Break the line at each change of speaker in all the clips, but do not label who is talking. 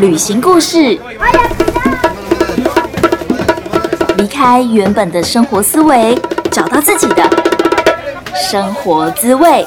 旅行故事，离开原本的生活思维，找到自己的生活滋味。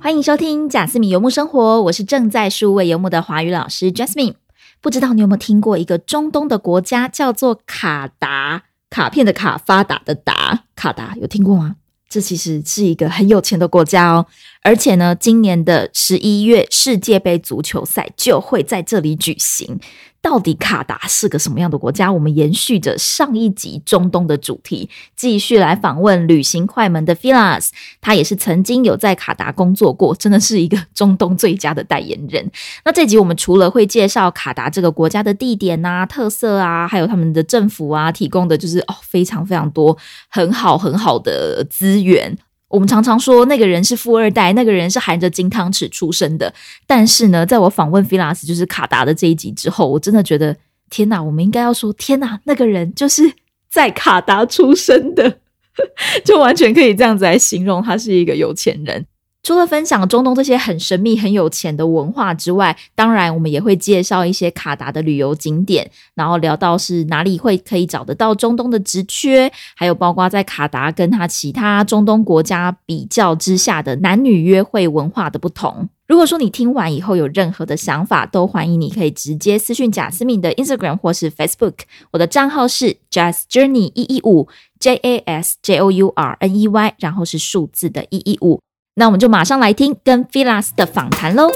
欢迎收听贾斯敏游牧生活，我是正在数位游牧的华语老师 Jasmine。不知道你有没有听过一个中东的国家叫做卡达，卡片的卡，发达的达，卡达有听过吗？这其实是一个很有钱的国家哦，而且呢，今年的十一月世界杯足球赛就会在这里举行。到底卡达是个什么样的国家？我们延续着上一集中东的主题，继续来访问旅行快门的 Filas，他也是曾经有在卡达工作过，真的是一个中东最佳的代言人。那这集我们除了会介绍卡达这个国家的地点啊、特色啊，还有他们的政府啊提供的就是哦非常非常多很好很好的资源。我们常常说那个人是富二代，那个人是含着金汤匙出生的。但是呢，在我访问菲拉斯就是卡达的这一集之后，我真的觉得天哪，我们应该要说天哪，那个人就是在卡达出生的， 就完全可以这样子来形容他是一个有钱人。除了分享中东这些很神秘、很有钱的文化之外，当然我们也会介绍一些卡达的旅游景点，然后聊到是哪里会可以找得到中东的职缺，还有包括在卡达跟它其他中东国家比较之下的男女约会文化的不同。如果说你听完以后有任何的想法，都欢迎你可以直接私讯贾思敏的 Instagram 或是 Facebook，我的账号是 Jazz Journey 一一五 J A S J O U R N E Y，然后是数字的一一五。那我们就马上来听跟 Filas 的访谈喽。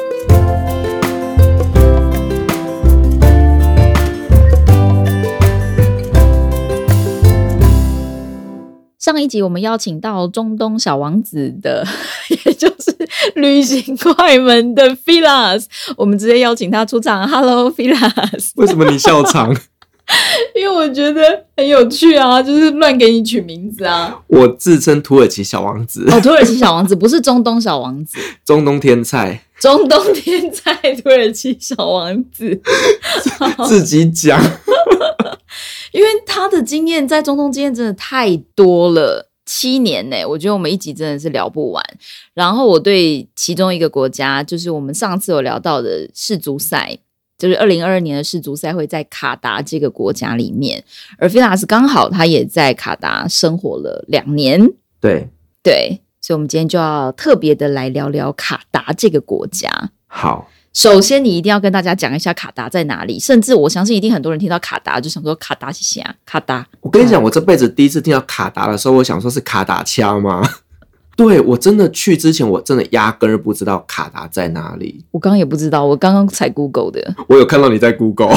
上一集我们邀请到中东小王子的， 也就是旅行快门的 Filas，我们直接邀请他出场。Hello Filas，
为什么你笑场？
因为我觉得很有趣啊，就是乱给你取名字啊。
我自称土耳其小王子，
哦，土耳其小王子不是中东小王子，
中东天才，
中东天才土耳其小王子，
自己 讲。
因为他的经验在中东经验真的太多了。七年呢、我觉得我们一集真的是聊不完。然后我对其中一个国家，就是我们上次有聊到的世足赛，就是二零二二年的世足赛会在卡达这个国家里面，而菲拉斯刚好他也在卡达生活了两年，
对，
对，所以我们今天就要特别的来聊聊卡达这个国家。
好，
首先，你一定要跟大家讲一下卡达在哪里，甚至我相信一定很多人听到卡达就想说卡达是啥？卡达
我跟你讲，我这辈子第一次听到卡达的时候，我想说是卡达枪 吗？对我真的去之前，我真的压根儿不知道卡达在哪里。
我刚刚也不知道，我刚刚才 Google 的。
我有看到你在 Google。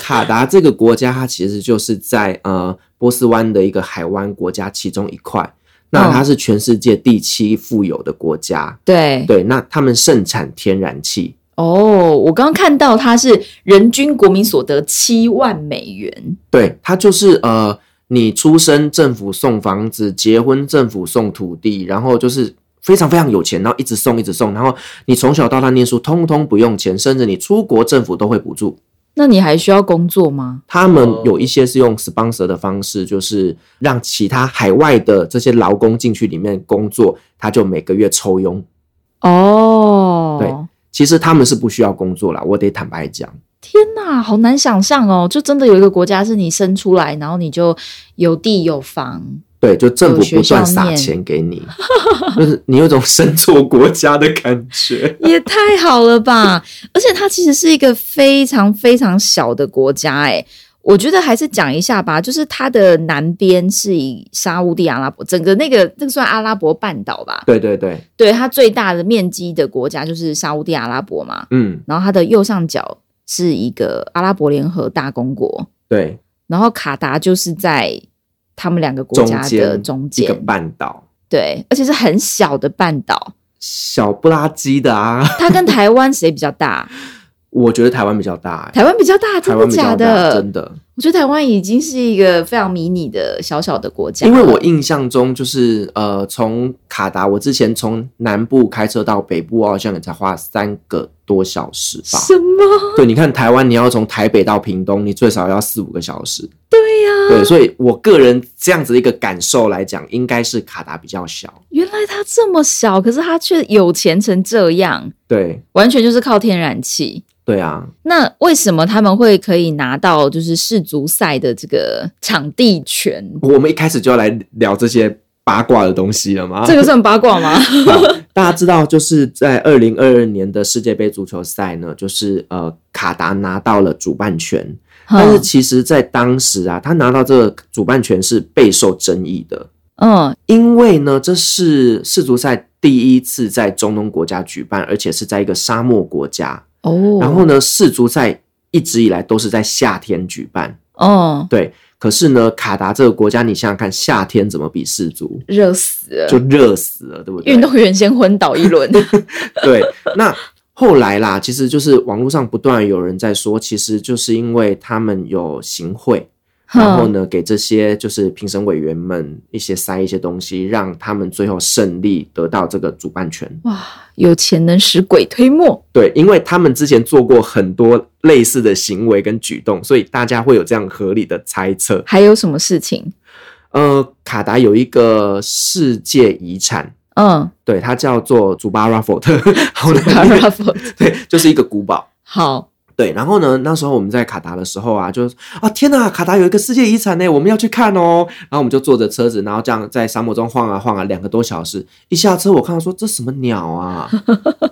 卡达这个国家，它其实就是在呃波斯湾的一个海湾国家其中一块。那它是全世界第七富有的国家，
对，
对，那他们盛产天然气，
哦，我刚刚看到它是人均国民所得七万美元，
对，它就是呃，你出生政府送房子，结婚政府送土地，然后就是非常非常有钱，然后一直送一直送，然后你从小到大念书通通不用钱，甚至你出国政府都会补助。
那你还需要工作吗？
他们有一些是用 sponsor 的方式，就是让其他海外的这些劳工进去里面工作，他就每个月抽佣。
哦，
对其实他们是不需要工作啦，我得坦白讲。
天哪，好难想象哦！就真的有一个国家是你生出来，然后你就有地有房，
对，就政府
有学
不断
校
撒
念
钱给你，就是你有一种身错国家的 感觉。
也太好了吧！而且它其实是一个非常非常小的国家，哎，我觉得还是讲一下吧。就是它的南边是以沙乌地阿拉伯，整个那个那个算阿拉伯半岛吧？
对对对，
对，它最大的面积的国家就是沙乌地阿拉伯嘛。
嗯，
然后它的右上角是一个阿拉伯联合大公国，
对，
然后卡达就是在他们两个国家的中
一个
间，
半岛，
对，而且是很小的半岛。
小不拉几的啊。
它跟台湾谁比较大？
我觉得台湾比较大、欸，
台湾比较大，
台
真的
湾比
假
较大，
的
真？的。
我觉得台湾已经是一个非常迷你的小小的国家了，
因为我印象中就是呃，从卡达，我之前从南部开车到北部，我好像也才花三个多小时吧。
什么
对，你看台湾，你要从台北到屏东，你最少要四五个小时。
对呀、
对，所以我个人这样子的一个感受来讲，应该是卡达比较小。
原来它这么小，可是它却有钱成这样，
对，
完全就是靠天然气。
对啊，
那为什么他们会可以拿到就是世足赛的这个场地权？
我们一开始就要来聊这些八卦的东西了吗？
这个算八卦 吗？嗯
好大家知道，就是在二零二二年的世界杯足球赛呢，就是呃卡达拿到了主办权，
嗯
但是其实，在当时啊，他拿到这个主办权是备受争议的，
嗯，
因为呢，这是世足赛第一次在中东国家举办，而且是在一个沙漠国家。
哦，
然后呢，世足赛一直以来都是在夏天举办，
哦，
对。可是呢，卡达这个国家，你想想看，夏天怎么比世足？
热死了，
就热死了，对不对？
运动员先昏倒一轮。
对，那后来啦，其实就是网络上不断有人在说，其实就是因为他们有行贿， 然
嗯
后呢，给这些就是评审委员们一些塞一些东西，让他们最后胜利得到这个主办权。
哼？哇，有钱能使鬼推磨。
对，因为他们之前做过很多类似的行为跟举动，所以大家会有这样合理的猜测。
还有什么事情？
呃，卡达有一个世界遗产。
嗯
对，它叫做祖巴拉佛特， 好难念
，Raffle
对，就是一个古堡。
好，
对，然后呢，那时候我们在卡达的时候啊，就啊天呐，卡达有一个世界遗产呢，我们要去看哦。然后我们就坐着车子，然后这样在沙漠中晃啊晃啊，两个多小时。一下车，我看到说这什么鸟啊，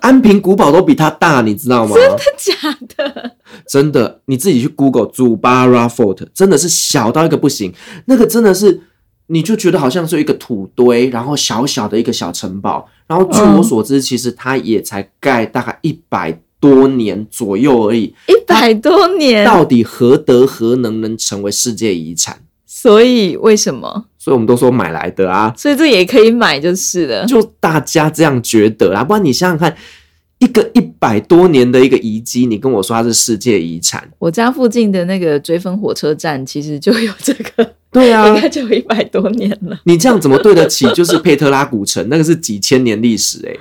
安平古堡都比它大，你知道吗？
真假的？
真的，你自己去 Google 祖巴拉 Fort，真的是小到一个不行，那个真的是。你就觉得好像是一个土堆，然后小小的一个小城堡，然后据我
嗯
所知，其实它也才盖大概一百多年左右而已。
一百多年，
到底何德何能能成为世界遗产？
所以为什么？
所以我们都说买来的啊，
所以这也可以买就是了。
就大家这样觉得啊，不然你想想看，一个一百多年的一个遗迹，你跟我说它是世界遗产，
我家附近的那个追风火车站，其实就有这个，
对啊
应，该就有一百多年了。
你这样怎么对得起？就是佩特拉古城，那个是几千年历史诶、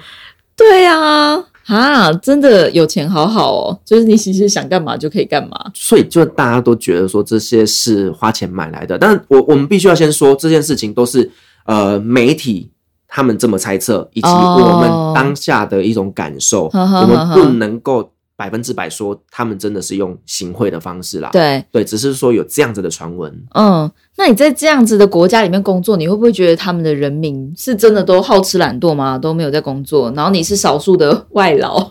对啊，啊，真的有钱好好哦，就是你其实想干嘛就可以干嘛。
所以就大家都觉得说这些是花钱买来的，但我我们必须要先说这件事情都是呃媒体。他们这么猜测，以及我
哦
们当下的一种感受
呵呵呵
我们
呵
不能够百分之百说他们真的是用行贿的方式啦。
对，
对，只是说有这样子的传闻。
嗯，那你在这样子的国家里面工作，你会不会觉得他们的人民是真的都好吃懒惰吗？都没有在工作，然后你是少数的外劳，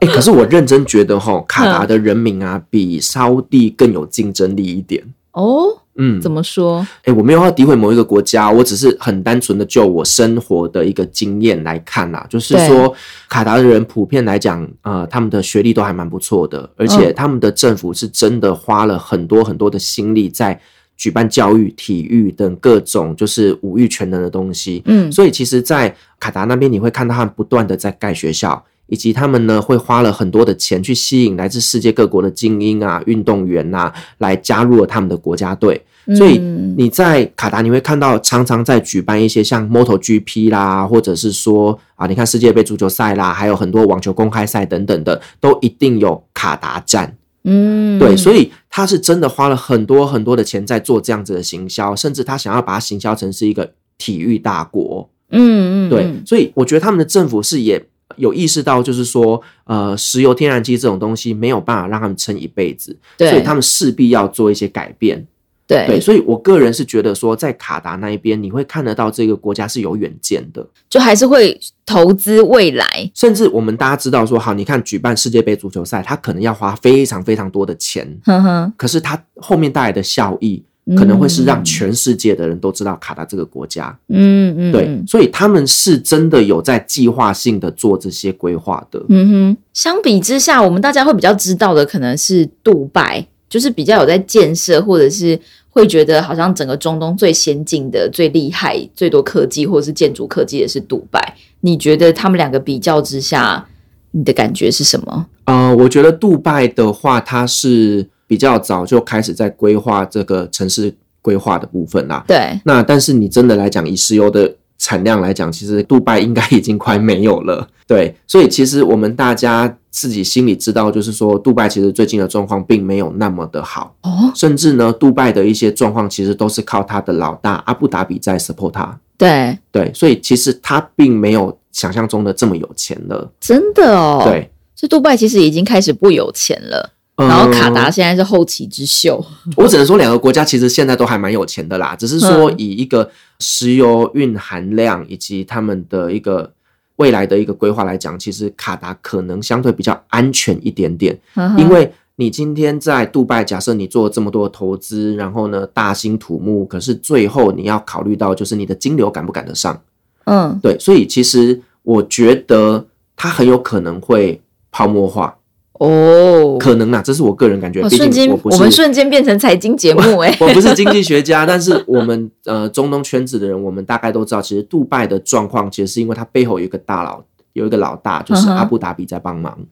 哎、可是我认真觉得哈，卡达的人民啊，比沙烏地更有竞争力一点。
哦，
嗯，
怎
么？
么说？
哎、我没有要诋毁某一个国家，我只是很单纯的就我生活的一个经验来看啦，就是
对
说卡达的人普遍来讲，呃，他们的学历都还蛮不错的，而且他们的政府是真的花了很多很多的心力在举办教育、体育等各种就是五育全能的东西。
嗯，
所以其实，在卡达那边，你会看到他们不断的在盖学校，以及他们呢会花了很多的钱去吸引来自世界各国的精英啊、运动员呐、来加入了他们的国家队。所以
嗯
你在卡达，你会看到常常在举办一些像 MotoGP 啦，或者是说啊，你看世界杯足球赛啦，还有很多网球公开赛等等的，都一定有卡达站。
嗯，
对，所
以
以他是真的花了很多很多的钱在做这样子的行销，甚至他想要把它行销成是一个体育大国。
嗯嗯，
对，
嗯
所以我觉得他们的政府是也有意识到，就是说，呃，石油、天然气这种东西没有办法让他们撑一辈子，
对，
所以他们势必要做一些改变。
对
对，所以我个人是觉得说，在卡达那一边，你会看得到这个国家是有远见的，
就还是会投资未来。
甚至我们大家知道说，好，你看举办世界杯足球赛，他可能要花非常非常多的钱，
哼哼，
可是它后面带来的效益。
嗯
可能会是让全世界的人都知道卡达这个国家，
嗯嗯嗯
对，所以他们是真的有在计划性的做这些规划的。
嗯哼。相比之下，我们大家会比较知道的可能是杜拜，就是比较有在建设，或者是会觉得好像整个中东最先进的、最厉害、最多科技或者是建筑科技的是杜拜。你觉得他们两个比较之下，你的感觉是什么？
呃，我觉得杜拜的话，它是比较早就开始在规划这个城市规划的部分啦。
对，
那但是你真的来讲，以石油的产量来讲，其实杜拜应该已经快没有了。 对，所以其实我们大家自己心里知道，就是说杜拜其实最近的状况并没有那么的好，
哦，
甚至呢，杜拜的一些状况其实都是靠他的老大阿布达比在 support 他。
对，
对，所以其实他并没有想象中的这么有钱了。
真的哦，，
对，
所以杜拜其实已经开始不有钱了，
然
然后卡达现在是后起之秀，
我只能说，两个国家其实现在都还蛮有钱的啦，只是说
嗯
以一个石油蕴含量以及他们的一个未来的一个规划来讲，其实卡达可能相对比较安全一点点，
嗯
因为你今天在杜拜，假设你做了这么多的投资，然后呢大兴土木，可是最后你要考虑到就是你的金流赶不赶得上，
嗯，
对，所以其实我觉得它很有可能会泡沫化，
哦，
可能啦，啊这是我个人感觉，
哦
毕
瞬间
竟我不是
们瞬间变成财经节 目 哎、
我不是经济学家，但是我们呃中东圈子的人，我们大概都知道，其实杜拜的状况其实是因为它背后有一个大佬，有一个老大，就是
嗯哼
阿布达比在帮忙。
嗯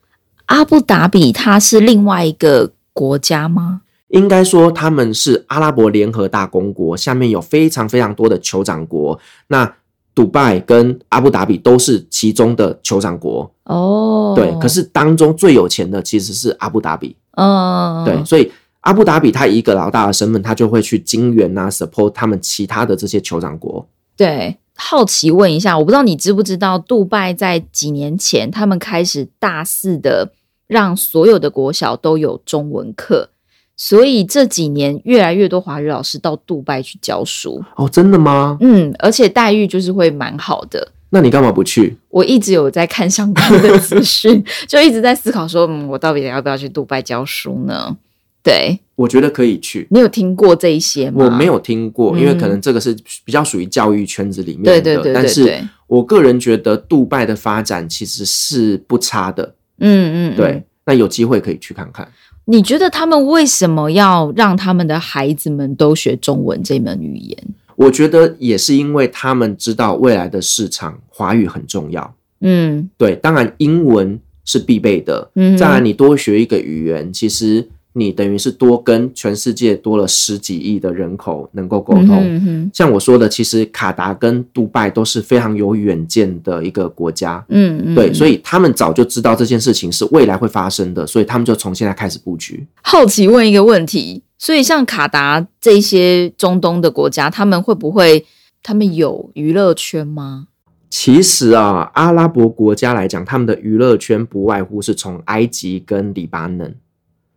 阿布达比它是另外一个国家吗？
应该说他们是阿拉伯联合大公国，下面有非常非常多的酋长国。那杜拜跟阿布达比都是其中的酋长国，
哦，
对。可是当中最有钱的其实是阿布达比，
嗯，
对。所以阿布达比他以一个老大的身份，他就会去金援啊，support 他们其他的这些酋长国。
对，好奇问一下，我不知道你知不知道，杜拜在几年前他们开始大肆的让所有的国小都有中文课，所以这几年越来越多华语老师到杜拜去教书，
哦，真的吗？
嗯，而且待遇就是会蛮好的。
那你干嘛不去？
我一直有在看相关的资讯， 就一直在思考说，嗯，我到底要不要去杜拜教书呢？对
我觉得可以去。
你有听过这一些吗？
我没，有听过，
嗯
因为可能这个是比较属于教育圈子里面
对
的。
对对对
但
对
是，我个人觉得杜拜的发展其实是不差的。
嗯嗯，嗯
对，那有机会可以去看看。
你觉得他们为什么要让他们的孩子们都学中文这门语言？
我觉得也是因为他们知道未来的市场华语很重要。
嗯
对，当然英文是必备的。
嗯，
再来，你多学一个语言，其实你等于是多跟全世界多了十几亿的人口能够沟
嗯
通。
哼嗯
像我说的，其实卡达跟杜拜都是非常有远见的一个国家，
嗯嗯，
对，所
以
以他们早就知道这件事情是未来会发生的，所以他们就从现在开始布局。
好奇问一个问题，所以像卡达这些中东的国家，他们会不会他们有娱乐圈吗？
其实啊，阿拉伯国家来讲，他们的娱乐圈不外乎是从埃及跟黎巴嫩，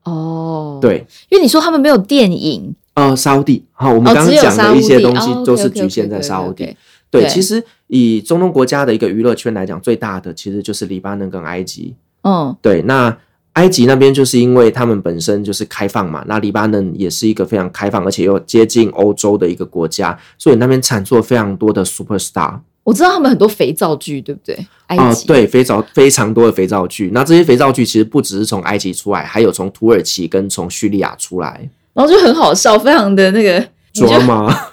哦，，
对，
因为你说他们没有电影，
呃，沙乌地。好，我
我
们刚刚讲的一些东
哦
西都是
局
局限
限
在沙乌地。
哦对
对，其实以中东国家的一个娱乐圈来讲，最大的其实就是黎巴嫩跟埃及。
嗯
对，那埃及那边就是因为他们本身就是开放嘛，那黎巴嫩也是一个非常开放，而且又接近欧洲的一个国家，所以那边产出了非常多的 super star
我知道他们很多肥皂剧，对不对？埃
哦、
及，
对，肥皂非常多的肥皂剧。那这些肥皂剧其实不只是从埃及出来，还有从土耳其跟从叙利亚出来。
然后就很好笑，非常的那个， 你就
抓吗？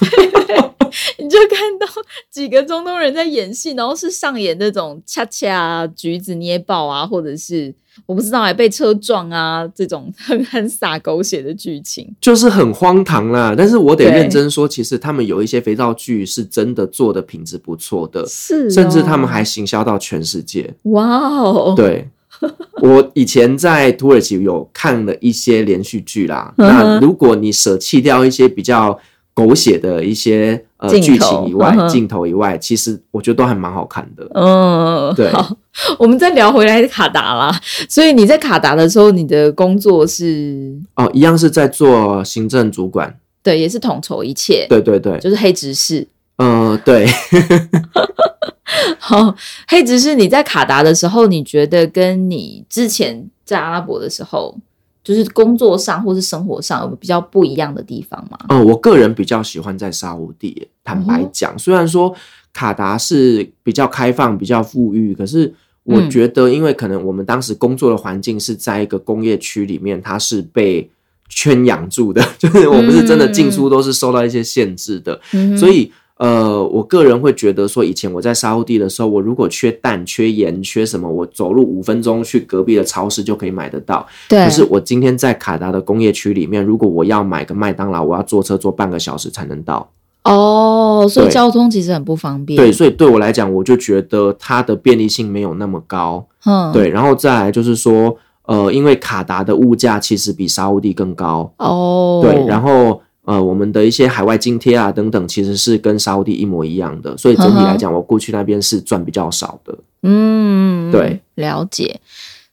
你就看到几个中东人在演戏，然后是上演那种恰恰啊、橘子捏爆啊，或者是我不知道哎、被车撞啊这种很 很洒狗血的剧情。
就是很荒唐啦。但是我得
对
认真说，其实他们有一些肥皂剧是真的做的品质不错的，
是
呃
哦
甚至他们还行销到全世界。
哇哦，
对，我以前在土耳其有看了一些连续剧啦。
嗯哼
那如果你舍弃掉一些比较狗血的一些呃
镜头
剧情以外
嗯、哼
镜头以外，其实我觉得都还蛮好看的。
嗯，
对
好，我们再聊回来卡达啦。所以你在卡达的时候，你的工作是
哦，一样是在做行政主管。
对，也是统筹一切，
对对对，
就是黑执事。
呃，对，
好，黑执事，你在卡达的时候，你觉得跟你之前在阿拉伯的时候，就是工作上或是生活上有比较不一样的地方吗？
呃，我个人比较喜欢在沙乌地耶。坦白
哦
讲，虽然说卡达是比较开放、比较富裕，可是我
嗯
觉得，因为可能我们当时工作的环境是在一个工业区里面，它是被 圈养住的，就是我们是真的进出都是受到一些限制的，
嗯嗯哼
所以。呃，我个人会觉得说，以前我在沙烏地的时候，我如果缺蛋、缺盐、缺什么，我走路五分钟去隔壁的超市就可以买得到。
对
可，是我今天在卡达的工业区里面，如果我要买个麦当劳，我要坐车坐半个小时才能到。
哦，所以
对
交通其实很不方便。
对，，所以对我来讲，我就觉得它的便利性没有那么高。
嗯，，
对，然后再来就是说，呃，因为卡达的物价其实比沙乌地更高。
哦，
对，然后呃，我们的一些海外津贴啊等等，其实是跟沙乌地一模一样的。所以整体来讲，我过去那边是赚比较少的。
嗯，
对，
了解。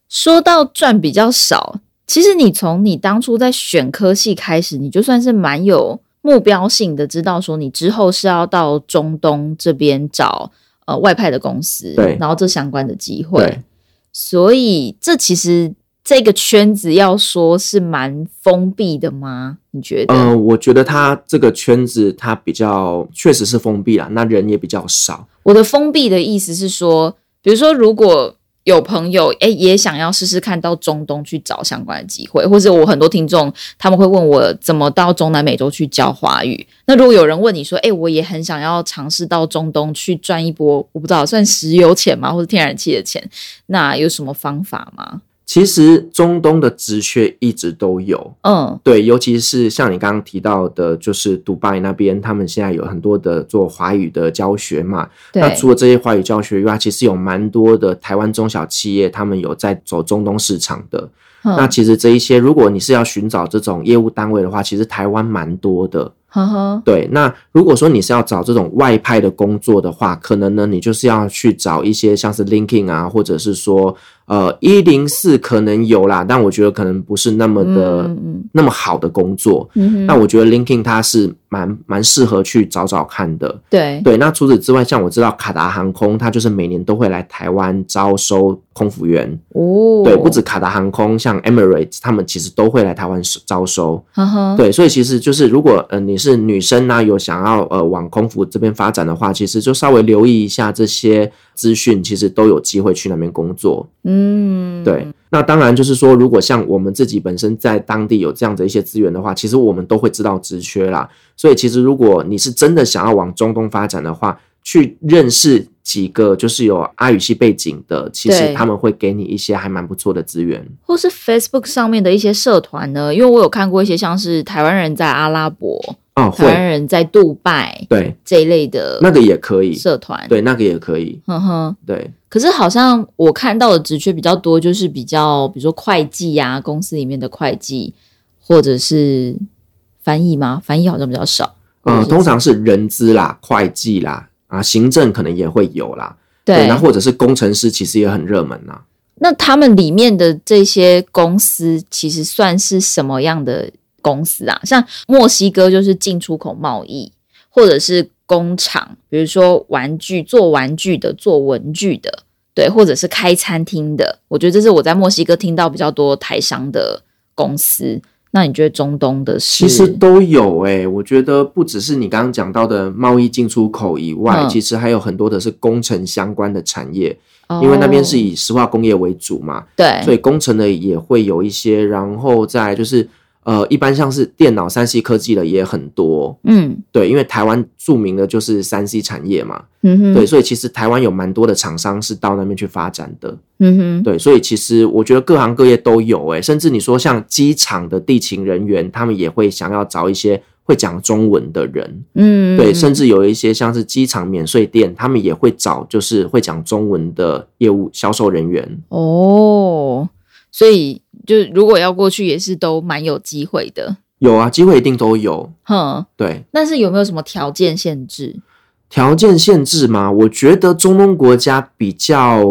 说到赚比较少，其实你从你当初在选科系开始，你就算是蛮有目标性的，知道说你之后是要到中东这边找呃外派的公司，
对
然后这相关的机会
对。
所以这其实这个圈子要说是蛮封闭的吗？你觉得？
呃，我觉得它这个圈子它比较确实是封闭啦，那人也比较少。
我的封闭的意思是说，比如说，如果有朋友哎、诶也想要试试看到中东去找相关的机会，或者我很多听众他们会问我怎么到中南美洲去教华语。那如果有人问你说，哎、我也很想要尝试到中东去赚一波，我不知道算石油钱吗，或者天然气的钱，那有什么方法吗？
其实中东的职缺一直都有，
嗯，
对，尤其是像你刚刚提到的，就是迪拜那边，他们现在有很多的做华语的教学嘛。
对
那，除了这些华语教学以外，其实有蛮多的台湾中小企业，他们有在走中东市场的。那
那
其实这一些，如果你是要寻找这种业务单位的话，其实台湾蛮多的。
呵呵，
对，那如果说你是要找这种外派的工作的话，可能呢，你就是要去找一些像是 LinkedIn 啊，或者是说呃一零四可能有啦，但我觉得可能不是那么的、
嗯嗯
那么好的工作。
嗯哼，
那我觉得 LinkedIn 它是蛮蛮适合去找找看的。
对
对，那除此之外，像我知道卡达航空，它就是每年都会来台湾招收空服员。
哦，
对，不止卡达航空，像 Emirates 他们其实都会来台湾招收。
呵呵，
对，所以其实就是，如果呃你是女生呢、有想要呃往空服这边发展的话，其实就稍微留意一下这些资讯，其实都有机会去那边工作。
嗯，
对，那当然就是说，如果像我们自己本身在当地有这样的一些资源的话，其实我们都会知道职缺啦。所以其实如果你是真的想要往中东发展的话，去认识几个就是有阿语系背景的，其
对
实他们会给你一些还蛮不错的资源。
或是 Facebook 上面的一些社团呢？因为我有看过一些像是台湾人在阿拉伯、
哦，
台湾
会，
人在杜拜
对，
这一类的
那个也可以，
社团，，
对，那个也可以，
哼哼。
对。
可是好像我看到的职缺比较多，就是比较比如说会计呀、公司里面的会计，或者是翻译吗？翻译好像比较少。
呃，
嗯，
通常是人资啦、会计啦、啊行政可能也会有啦，
对
那，或者是工程师其实也很热门呐。
那他们里面的这些公司其实算是什么样的公司啊？像墨西哥就是进出口贸易，或者是工厂，比如说玩具做玩具的、做文具的，对，或者是开餐厅的。我觉得这是我在墨西哥听到比较多台商的公司。那你觉得中东的是？
其实都有诶、我觉得不只是你刚刚讲到的贸易进出口以外，
嗯
其实还有很多的是工程相关的产业，
哦
因为那边是以石化工业为主嘛，
对
所以工程的也会有一些，然后再来就是呃，一般像是电脑三 C 科技的也很多，
嗯
对，因为台湾著名的就是三 C 产业嘛，
嗯哼
对，所以其实台湾有蛮多的厂商是到那边去发展的。
嗯哼
对，所以其实我觉得各行各业都有诶、甚至你说像机场的地勤人员，他们也会想要找一些会讲中文的人，
嗯
对，
嗯
甚至有一些像是机场免税店，他们也会找就是会讲中文的业务销售人员。
哦，所以就如果要过去也是都蛮有机会的。
有啊，机会一定都有。
哼，
对，
但是有没有什么条件限制？
条件限制嘛，我觉得中东国家比较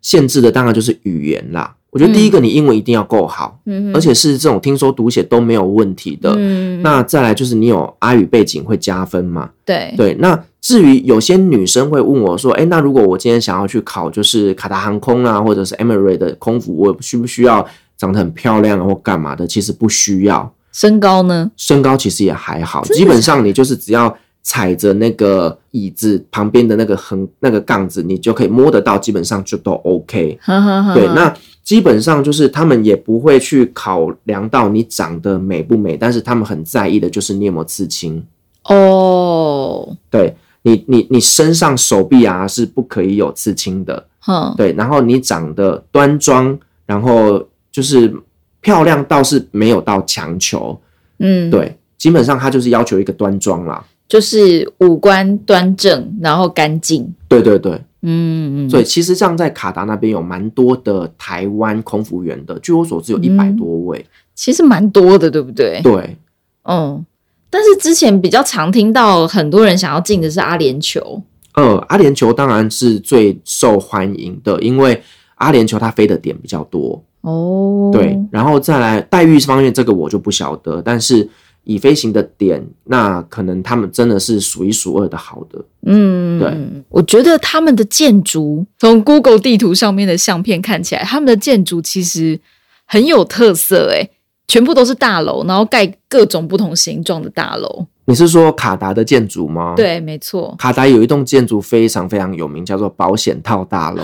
限制的当然就是语言啦。我觉得第一个，你英文一定要够好，
嗯
而且是这种听说读写都没有问题的。
嗯
那再来就是你有阿语背景会加分嘛？
对
哎对，那至于有些女生会问我说，哎，那如果我今天想要去考就是卡达航空啊，或者是 Emirates 的空服，我需不需要长得很漂亮啊或干嘛的？其实不需要，
身高呢？
身高其实也还好，
真的
基本上你就是只要踩着那个椅子旁边的那个横那个杠子，你就可以摸得到，基本上就都 OK。
呵呵呵
对，那基本上就是他们也不会去考量到你长得美不美，但是他们很在意的就是你有没有刺青。
哦，
对，你你你身上手臂啊是不可以有刺青的，
哼，
对。然后你长得端庄，然后就是漂亮，倒是没有到强求，
嗯，，
对。基本上他就是要求一个端庄啦，
就是五官端正，然后干净，
对对对。
嗯嗯，
所以其实这样在卡达那边有蛮多的台湾空服员的，据我所知有一百
嗯哎
多位。
其实蛮多的，对不对？
对，
嗯，但是之前比较常听到很多人想要进的是阿联酋，
呃，阿联酋当然是最受欢迎的，因为阿联酋它飞的点比较多。
哦，
对，然后再来待遇方面，这个我就不晓得，但是以飞行的点，那可能他们真的是数一数二的好的。
嗯，
对，
我觉得他们的建筑，从 Google 地图上面的相片看起来，他们的建筑其实很有特色、诶，全部都是大楼，然后盖各种不同形状的大楼。
你是说卡达的建筑吗？。
对，没错，
卡达有一栋建筑非常非常有名，叫做保险套 大楼，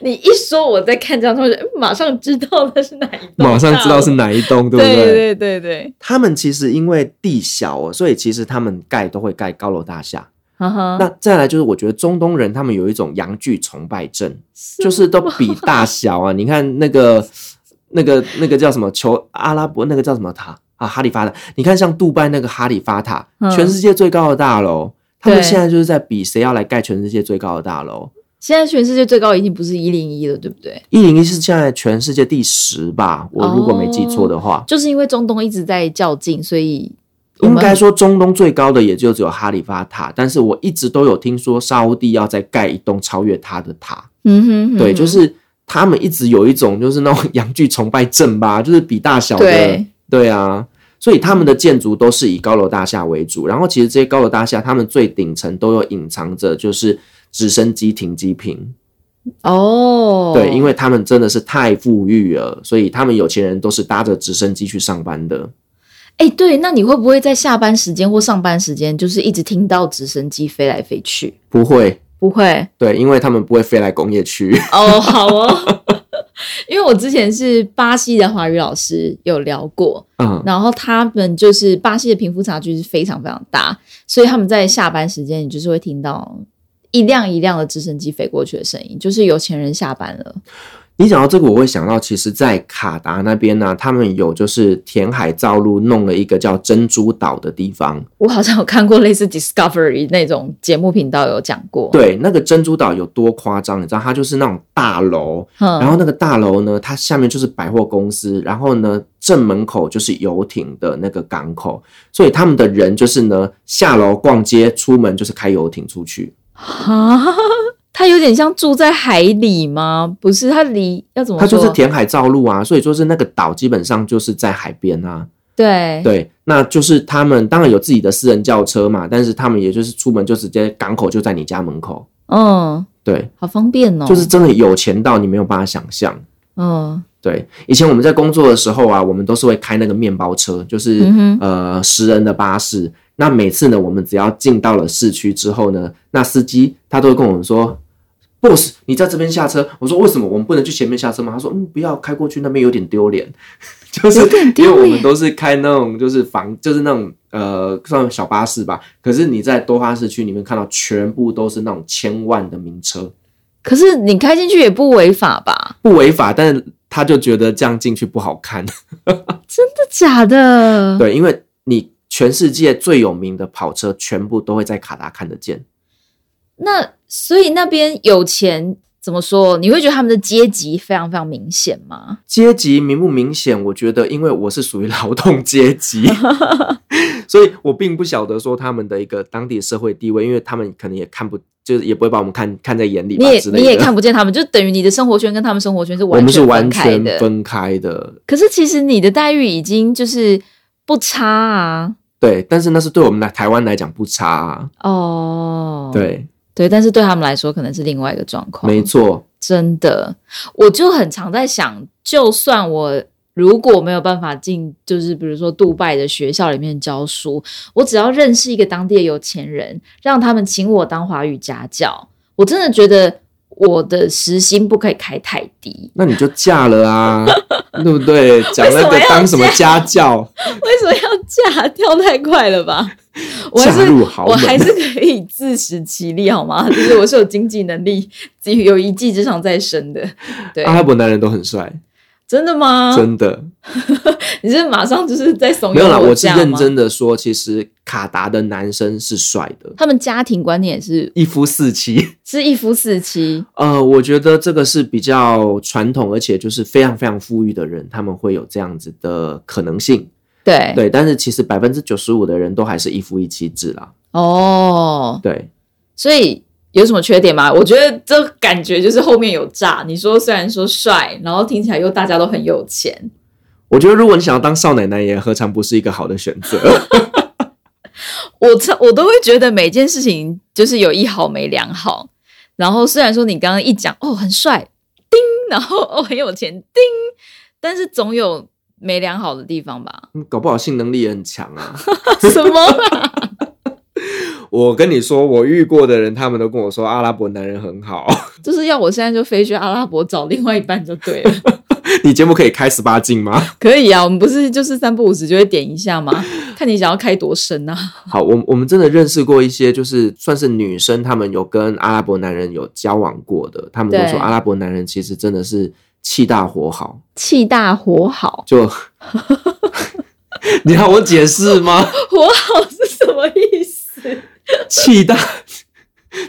你一说我在看这张照片，马上知道那是哪一栋，
马上知道是，哪一栋，对不
对对对对，
他们其实因为地小哦，所以其实他们盖都会盖高楼大厦。
哈啊哈，
那再来就是，我觉得中东人他们有一种洋剧崇拜症，就是都比大小啊。你看那个、那个、那个叫什么球阿拉伯那个叫什么塔啊，哈利法塔。你看像杜拜那个哈利法塔，
嗯
全世界最高的大楼，他们
对
现在就是在比谁要来盖全世界最高的大楼。
现在全世界最高已经不是一零一了，对不对？
一零一是现在全世界第十吧，我如果没记错的话，
就是因为中东一直在较劲，所以我
应
们
该说中东最高的也就只有哈利法塔，但是我一直都有听说沙烏地要再盖一栋超越它的塔，
嗯哼哼
对，
哼
就是他们一直有一种就是那种 洋剧崇拜症吧，就是比大小的，
对
对啊，所以他们的建筑都是以高楼大厦为主，然后其实这些高楼大厦，他们最顶层都有隐藏着就是直升机停机坪，
哦，
对，因为他们真的是太富裕了，所以他们有钱人都是搭着直升机去上班的。
哎，对，那你会不会在下班时间或上班时间，就是一直听到直升机飞来飞去？
不会，
不会
对，因为他们不会飞来工业区。
哦，好哦， 因为我之前是巴西的华语老师有聊过，
嗯，
然后他们就是巴西的贫富差距是非常非常大，所以他们在下班时间，你就是会听到一辆一辆的直升机飞过去的声音，就是有钱人下班了，
你讲到这个，我会想到，其实，在卡达那边呢、他们有就是填海造陆，弄了一个叫珍珠岛的地方。
我好像有看过类似 Discovery 那种节目频道有讲过，，
对，那个珍珠岛有多夸张？你知道，它就是那种大楼，然
嗯，
后那个大楼呢，它下面就是百货公司，然后呢，正门口就是游艇的那个港口，所以他们的人就是呢，下楼逛街，出门就是开游艇出去。
啊， 它有点像住在海里吗？不是，它离要怎么
它
说？
就是填海造陆啊，所以就是那个岛基本上就是在海边啊。
对
对，那就是他们当然有自己的私人轿车嘛，但是他们也就是出门就直接港口就在你家门口。
嗯，
对，
好方便哦。
就是真的有钱到你没有办法想象。
嗯
对，以前我们在工作的时候啊，我们都是会开那个面包车，就是、
嗯哼
呃十人的巴士。那每次呢，我们只要进到了市区之后呢，那司机他都会跟我们说：“boss，你在这边下车。”我说：“为什么我们不能去前面下车吗？”他说：“嗯，不要开过去，那边有点丢脸。” 就是
有点
因为
丢
我
脸
们都是开那种就是房，就是那种呃算小巴士吧。可是你在多哈市区里面看到全部都是那种千万的名车，
可是你开进去也不违法吧？
不违法，但是他就觉得这样进去不好看。
真的假的？，
对，因为你全世界最有名的跑车，全部都会在卡达看得见。
那所以那边有钱怎么说？你会觉得他们的阶级非常非常明显吗？
阶级明不明显？我觉得，因为我是属于劳动 阶级，所以我并不晓得说他们的一个当地社会地位，因为他们可能也看不，就是也不会把我们看看在眼里
你
吧
也
之类的。
你也看不见他们，就等于你的生活圈跟他们生活圈是
我们是
完
完
开
全
的。
分开的，
可是其实你的待遇已经就是不差啊。
对。但是那是对我们来台湾来讲不差、啊，
哦，
对，
对，但是对他们来说可能是另外一个状况。
没
哦
错，
真的，我就很常在想，就算我如果没有办法进，就是比如说杜拜的学校里面教书，我只要认识一个当地的有钱人，让他们请我当华语家教，我真的觉得我的时薪不可以开太低。
那你就嫁 了啊，对不对？讲那
为什么
个
要
当什么家教，
为什么要嫁？跳太快了吧？我还
嫁
是
入豪
我
门，
还是可以自食其力，好吗？就是我是有经济能力，自己有一技之长在身的。对，
阿拉伯男人都很帅，
真的吗？
真的。
你是马上就是在怂恿
没有啦，我是
哦这样吗
认真的说，其实卡达的男生是帅的，
他们家庭观念也是
一夫 四妻。
是一夫四妻，
呃，我觉得这个是比较传统，而且就是非常非常富裕的人，他们会有这样子的可能性。
对
对，但是其实百分之九十五的人都还是一夫一妻制啦。
哦，
对，
所以有什么缺点吗？我觉得这感觉就是后面有诈。你说虽然说帅，然后听起来又大家都很有钱，
我觉得如果你想要当少奶奶，也何尝不是一个好的选择？
我常我都会觉得每件事情就是有一好没两好。然后虽然说你刚刚一讲哦很帅，叮，然后哦很有钱，叮，但是总有没两好的地方吧？
嗯搞不好性能力也很强啊。
什么啦？
我跟你说，我遇过的人，他们都跟我说阿拉伯男人很好。
就是要我现在就飞去阿拉伯找另外一半就对了。
你节目可以开十八禁吗？
可以啊，我们不是就是三不五时就会点一下吗？ 看你想要开多深啊！
好，我我们真的认识过一些，就是算是女生，她们有跟阿拉伯男人有交往过的，他们都
对
说阿拉伯男人其实真的是气大活好，
气大火好，
就你要我解释吗？
火好是什么意思？
气大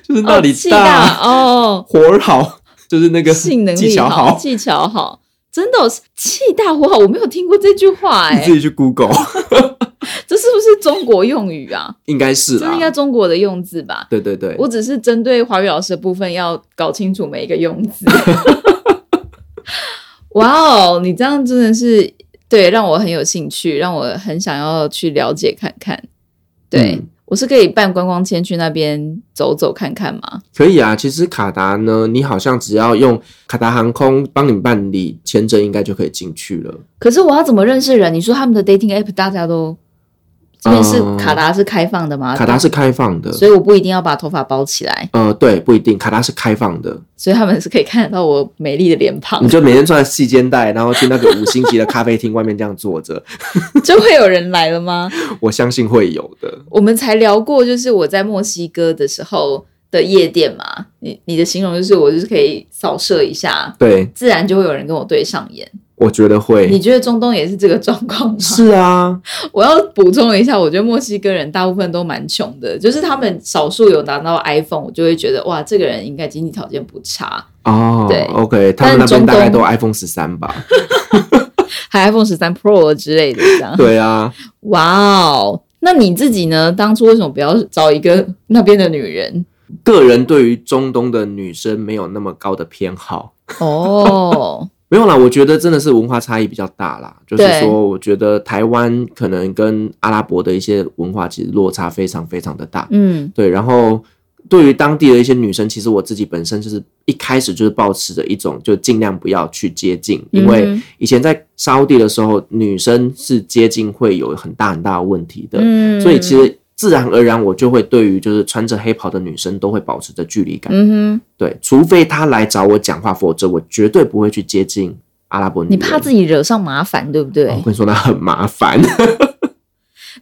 就是 那里
哦气大 哦，
活儿好，就是那个
性能
技
力
巧
好，技巧好，真的哦是气大火好，我没有听过这句话哎、
你自己去 Google，
这是不是中国用语啊？
应该是
这
啦
应，该中国的用字吧？
对对对，
我只是针对华语老师的部分要搞清楚每一个用字。 哇哦，你这样真的是对，让我很有兴趣，让我很想要去了解看看。对、
嗯
我是可以办观光签去那边走走看看吗？
可以啊。其实卡达呢，你好像只要用卡达航空帮你办理签证，应该就可以进去了。
可是我要怎么认识人？你说他们的 dating app 大家都这边是
嗯
卡达是开放的吗？
卡达是开放的，
所以我不一定要把头发包起来，
呃，对，不一定，卡达是开放的，
所以他们是可以看得到我美丽的脸庞
你，就每天穿细肩带，然后去那个五星级的咖啡厅外面这样坐着，
就会有人来了吗？
我相信会有的。
我们才聊过，就是我在墨西哥的时候的夜店嘛。你你的形容就是我就是可以扫射一下，
对，
自然就会有人跟我对上眼。
我觉得
你
会。
觉得中东也是这个状况 吗？
是啊，
我要补充一下，我觉得墨西哥人大部分都蛮穷的，就是他们少数有拿到 iPhone，我就会觉得哇，这个人应该经济条件不差，
哦，
对
o k 他们那
但中
边大概
东
都 iPhone 十三吧？
还 iPhone 十三 Pro 之类的这样。
对啊，
哇哦，那你自己呢？当初为什么不要找一个那边的女人？
个人对于中东的女生没有那么高的偏好。
哦，
没有啦，我觉得真的是文化差异比较大啦。就是
对
说，我觉得台湾可能跟阿拉伯的一些文化其实落差非常非常的大。
嗯，
对，然后对于当地的一些女生，其实我自己本身就是一开始就是保持着一种就尽量不要去接近，因为
嗯
以前在沙烏地的时候，女生是接近会有很大很大的问题的，
嗯
所以其实。自然而然，我就会对于就是穿着黑袍的女生都会保持着距离感，
嗯哼，
对，除非她来找我讲话，否则我绝对不会去接近阿拉伯女
你
人。
怕自己惹上麻烦，对不对？
哦我跟你说，那很麻烦，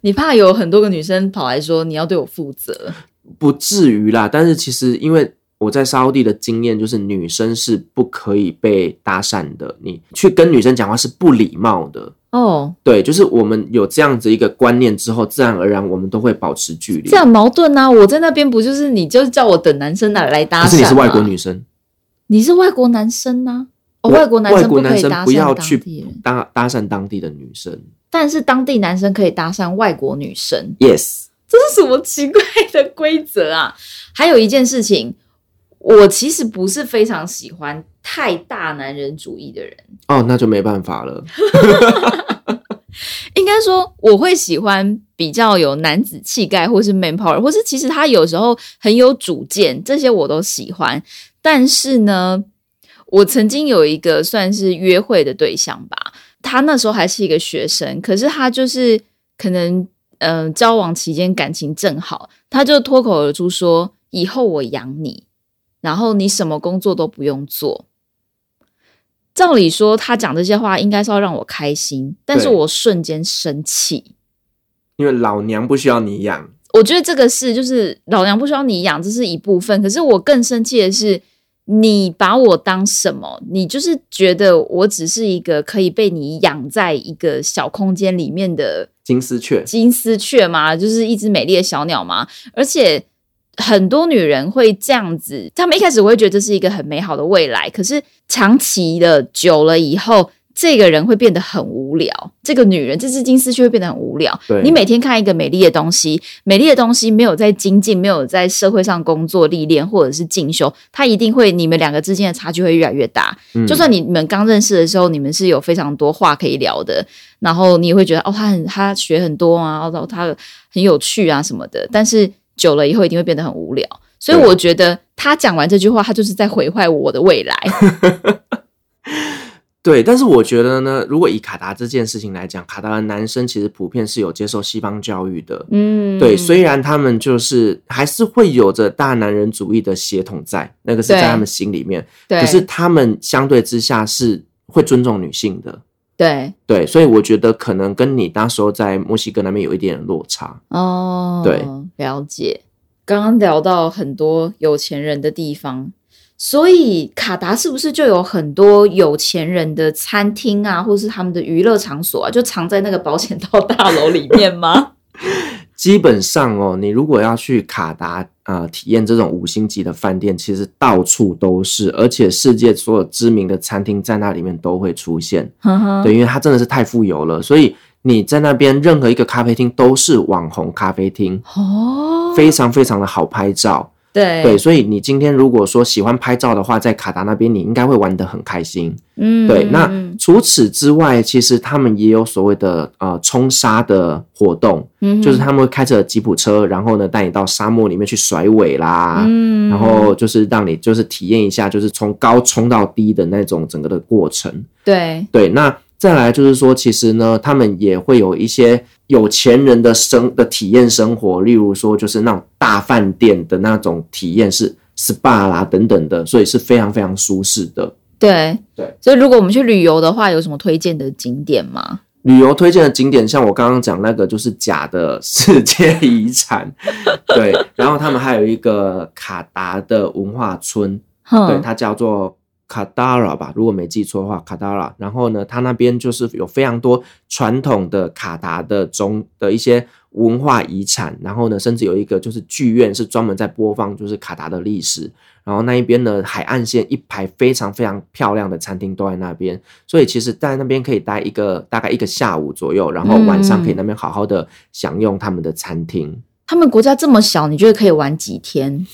你怕有很多个女生跑来说你要对我负责，
不至于啦，但是其实因为我在沙烏地的经验就是，女生是不可以被搭讪的，你去跟女生讲话是不礼貌的。
哦，
对，就是我们有这样子一个观念之后，自然而然我们都会保持距离。
这样矛盾啊！我在那边不就是你就是叫我等男生来来搭讪、
可
吗？
是你是外国，女
啊
生，
你是外国男生呐、哦，
我
外国男
外
生
国
可
男
以
生
搭
不
讪
要
当
去
地人，
搭搭讪当地的女生。
但是当地男生可以搭讪外国女生，
Yes，
这是什么奇怪的规则啊？还有一件事情，我其实不是非常喜欢太大男人主义的人。
哦，那就没办法了。
应该说，我会喜欢比较有男子气概，或是 man power，或是其实他有时候很有主见，这些我都喜欢。但是呢，我曾经有一个算是约会的对象吧，他那时候还是一个学生，可是他就是可能嗯、呃交往期间感情正好，他就脱口而出说：“以后我养你，然后你什么工作都不用做。”照理说，他讲这些话应该是要让我开心，但是
对
我瞬间生气。
因为老娘不需要你养，
我觉得这个是就是老娘不需要你养，这是一部分。可是我更生气的是，你把我当什么？你就是觉得我只是一个可以被你养在一个小空间里面的
金丝雀，
金丝雀吗？就是一只美丽的小鸟吗？而且很多女人会这样子，她们一开始会觉得这是一个很美好的未来，可是长期的久了以后。这个人会变得很无聊，这个女人，这只金丝雀会变得很无聊。
对
你每天看一个美丽的东西，美丽的东西没有在精进，没有在社会上工作历练或者是进修，它一定会你们两个之间的差距会越来越大。
嗯
就算你们刚认识的时候，你们是有非常多话可以聊的，然后你也会觉得哦，他很他学很多啊，然后他很有趣啊什么的。但是久了以后，一定会变得很无聊。所以
对
我觉得他讲完这句话，他就是在毁坏我的未 来。
对，但是我觉得呢，如果以卡达这件事情来讲，卡达的男生其实普遍是有接受西方教育的，
嗯，
对，虽然他们就是还是会有着大男人主义的血统在，那个是
对
在他们心里面，
对，
可是他们相对之下是会尊重女性的，
对
对，所以我觉得可能跟你那时候在墨西哥那边有一点落差，
哦，
对，
了解。刚刚聊到很多有钱人的地方，所以卡达是不是就有很多有钱人的餐厅啊，或是他们的娱乐场所啊，就藏在那个保险套大楼里面吗？
基本上哦，你如果要去卡达呃体验这种五星级的饭店，其实到处都是，而且世界所有知名的餐厅在那里面都会出现。
呵呵
对，因为它真的是太富有了，所以你在那边任何一个咖啡厅都是网红咖啡厅，
哦，
非常非常的好拍照。
对
对，所以你今天如果说喜欢拍照的话，在卡达那边你应该会玩得很开心。
嗯，
对，那
嗯
除此之外，其实他们也有所谓的呃冲沙的活动，
嗯
就是他们会开着吉普车，然后呢带你到沙漠里面去甩尾啦。
嗯
然后就是让你就是体验一下，就是从高冲到低的那种整个的过程。
对
对，那再来就是说，其实呢，他们也会有一些有钱人的生的体验生活，例如说就是那种大饭店的那种体验是 SPA 啦等等的，所以是非常非常舒适的。
对
对，
所以如果我们去旅游的话，有什么推荐的景点吗？
旅游推荐的景点，像我刚刚讲那个就是假的世界遗产，对，然后他们还有一个卡达的文化村，对，
哼，
它叫做卡达拉吧，如果没记错的话，卡达拉。然后呢，它那边就是有非常多传统的卡达的中的一些文化遗产，然后呢，甚至有一个就是剧院是专门在播放就是卡达的历史。然后那一边呢，海岸线一排非常非常漂亮的餐厅都在那边，所以其实在那边可以待一个大概一个下午左右，然后晚上可以那边好好的享用他们的餐厅。
他们国家这么小，你觉得可以玩几天？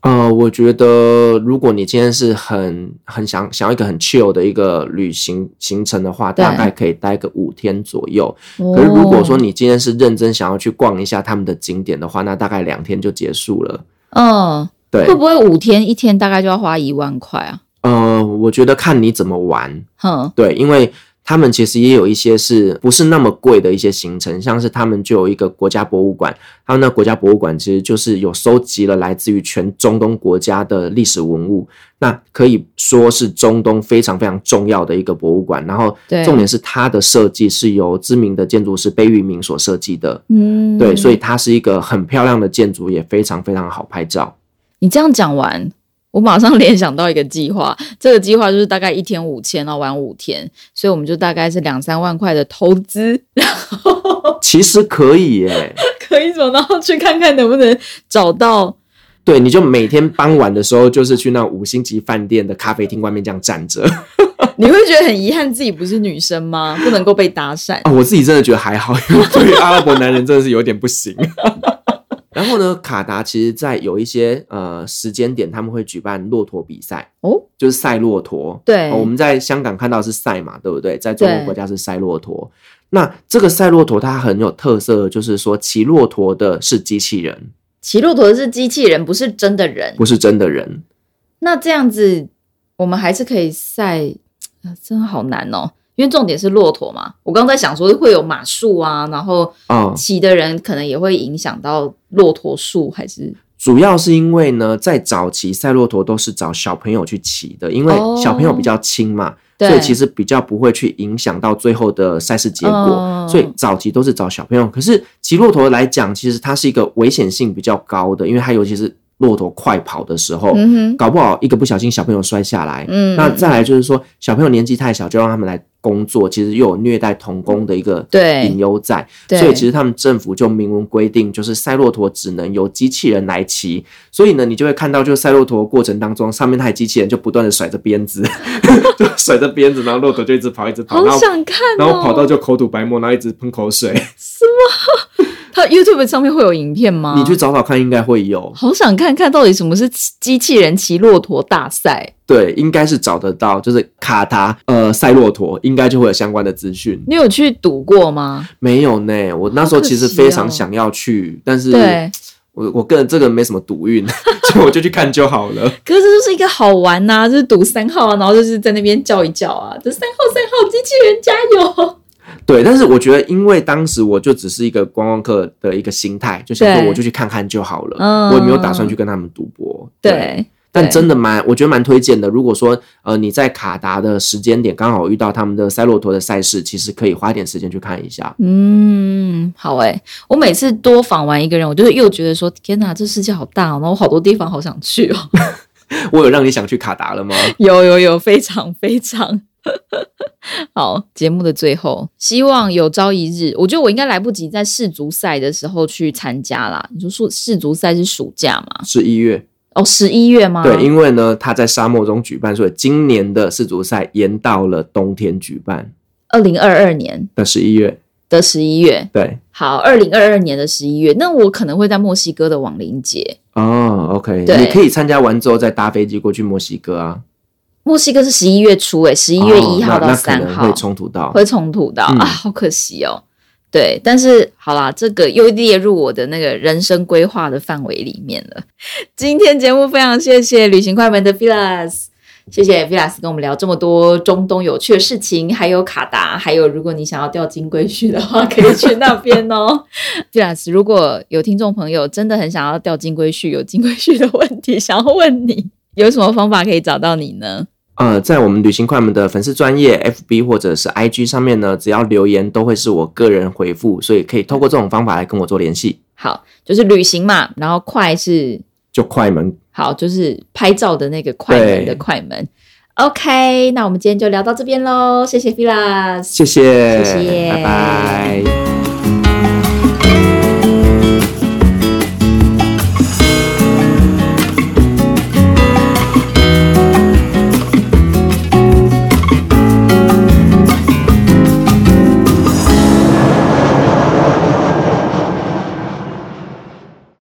呃，我觉得如果你今天是很很想想要一个很 chill 的一个旅行行程的话，
对
大概可以待个五天左右。
可
可是如果
哦
说你今天是认真想要去逛一下他们的景点的话，那大概两天就结束了。
嗯，
对
会，不会五天一天大概就要花一万块啊？
呃，我觉得看你怎么玩。
哼，
对，因为他们其实也有一些是不是那么贵的一些行程，像是他们就有一个国家博物馆，他们那国家博物馆其实就是有收集了来自于全中东国家的历史文物，那可以说是中东非常非常重要的一个博物馆。然后
对
重点是它的设计是由知名的建筑师贝聿铭所设计的，
嗯，
对，所以它是一个很漂亮的建筑，也非常非常好拍照。
你这样讲完，我马上联想到一个计划，这个计划就是大概一天五千，然后玩五天，所以我们就大概是两三万块的投资，然后
其实可以耶、
可以走，然后去看看能不能找到。
对，你就每天傍晚的时候，就是去那五星级饭店的咖啡厅外面这样站 着。
你会觉得很遗憾自己不是女生吗？不能够被搭讪。
啊，我自己真的觉得还好，因 为对于阿拉伯男人真的是有点不行。然后呢，卡达其实，在有一些呃时间点，他们会举办骆驼比赛，
哦，
就是赛骆驼。
对
哦我们在香港看到是赛马，对不对？在中
对
国国家是赛骆驼。那这个赛骆驼它很有特色，就是说骑骆驼的是机器人，
骑骆驼的是机器人，不是真的人。
不是真的人。
那这样子，我们还是可以赛，啊真的好难哦。因为重点是骆驼嘛，我刚在想说会有马术啊，然后
哦
骑的人可能也会影响到骆驼术，还是
主要是因为呢，在早期赛骆驼都是找小朋友去骑的，因为
哦
小朋友比较轻嘛。
对
所以其实比较不会去影响到最后的赛事结果。
嗯
所以早期都是找小朋友，可是骑骆驼来讲，其实它是一个危险性比较高的，因为它尤其是骆驼快跑的时候，
嗯哼，
搞不好一个不小心小朋友摔下来。
嗯，
那再来就是说，小朋友年纪太小，就让他们来工作，其实又有虐待童工的一个
对
隐忧在。
对
所以其实他们政府就明文规定，就是赛骆驼只能由机器人来骑。所以呢，你就会看到，就赛骆驼过程当中，上面那台机器人就不断的甩着鞭子， 就甩着鞭子，然后骆驼就一直跑，一直跑，
好
然后
想看哦，
然后跑到就口吐白沫，然后一直喷口水。
他 YouTube 上面会有影片吗？
你去找找看，应该会有。
好想看看到底什么是骑机器人骑骆驼大赛。
对，应该是找得到，就是卡达呃赛骆驼，应该就会有相关的资讯。
你有去赌过吗？
没有呢，我那时候其实非常想要去，但是
哦对，
我我个人这个没什么赌运， 所以我就去看就好了。
可是这就是一个好玩呐、就是赌三号啊，然后就是在那边叫一叫啊，这三号三号机器人加油！
对，但是我觉得，因为当时我就只是一个观光客的一个心态，就想说
对
我就去看看就好
嗯
了，我也没有打算去跟他们赌博。
对，
但
对
真的蛮，我觉得蛮推荐的。如果说呃你在卡达的时间点刚好遇到他们的赛骆驼的赛事，其实可以花一点时间去看一下。
嗯，好诶、我每次多访完一个人，我就是又觉得说，天哪，这世界好大、哦，然后我好多地方好想去 哦。
我有让你想去卡达了吗？
有有有，非常非常。 好，节目的最后，希望有朝一日，我觉得我应该来不及在世足赛的时候去参加啦。你说说世足赛是暑假吗？
十一月，
哦，十一月吗？
对，因为呢他在沙漠中举办，所以今年的世足赛延到了冬天举办
二零二二年
的十一月。
的十一月。
对，
好，二零二二年的十一月，那我可能会在墨西哥的亡灵节。
哦，OK，
对
你可以参加完之后再搭飞机过去墨西哥啊。
墨西哥是十一月初、欸，诶，十一月一号
哦那
到
那可
三
能
号、
会冲突到。
会冲突到、
嗯
啊，好可惜哦。对，但是好啦，这个又列入我的那个人生规划的范围里面了。 今天节目非常谢谢旅行快门的 Filas，谢谢 Filas 跟我们聊这么多中东有趣的事情，还有卡达，还有如果你想要钓金龟婿的话，可以去那边 哦。Filas，如果有听众朋友真的很想要钓金龟婿，有金龟婿的问题想要问你，有什么方法可以找到你呢？
呃，在我们旅行快门的粉丝专业 FB 或者是 IG 上面呢，只要留言都会是我个人回复，所以可以透过这种方法来跟我做联系。
好，就是旅行嘛，然后快是
就快门，
好，就是拍照的那个快门的快门。OK，那我们今天就聊到这边喽，谢谢 Filas，
谢
谢
谢，
谢
拜拜。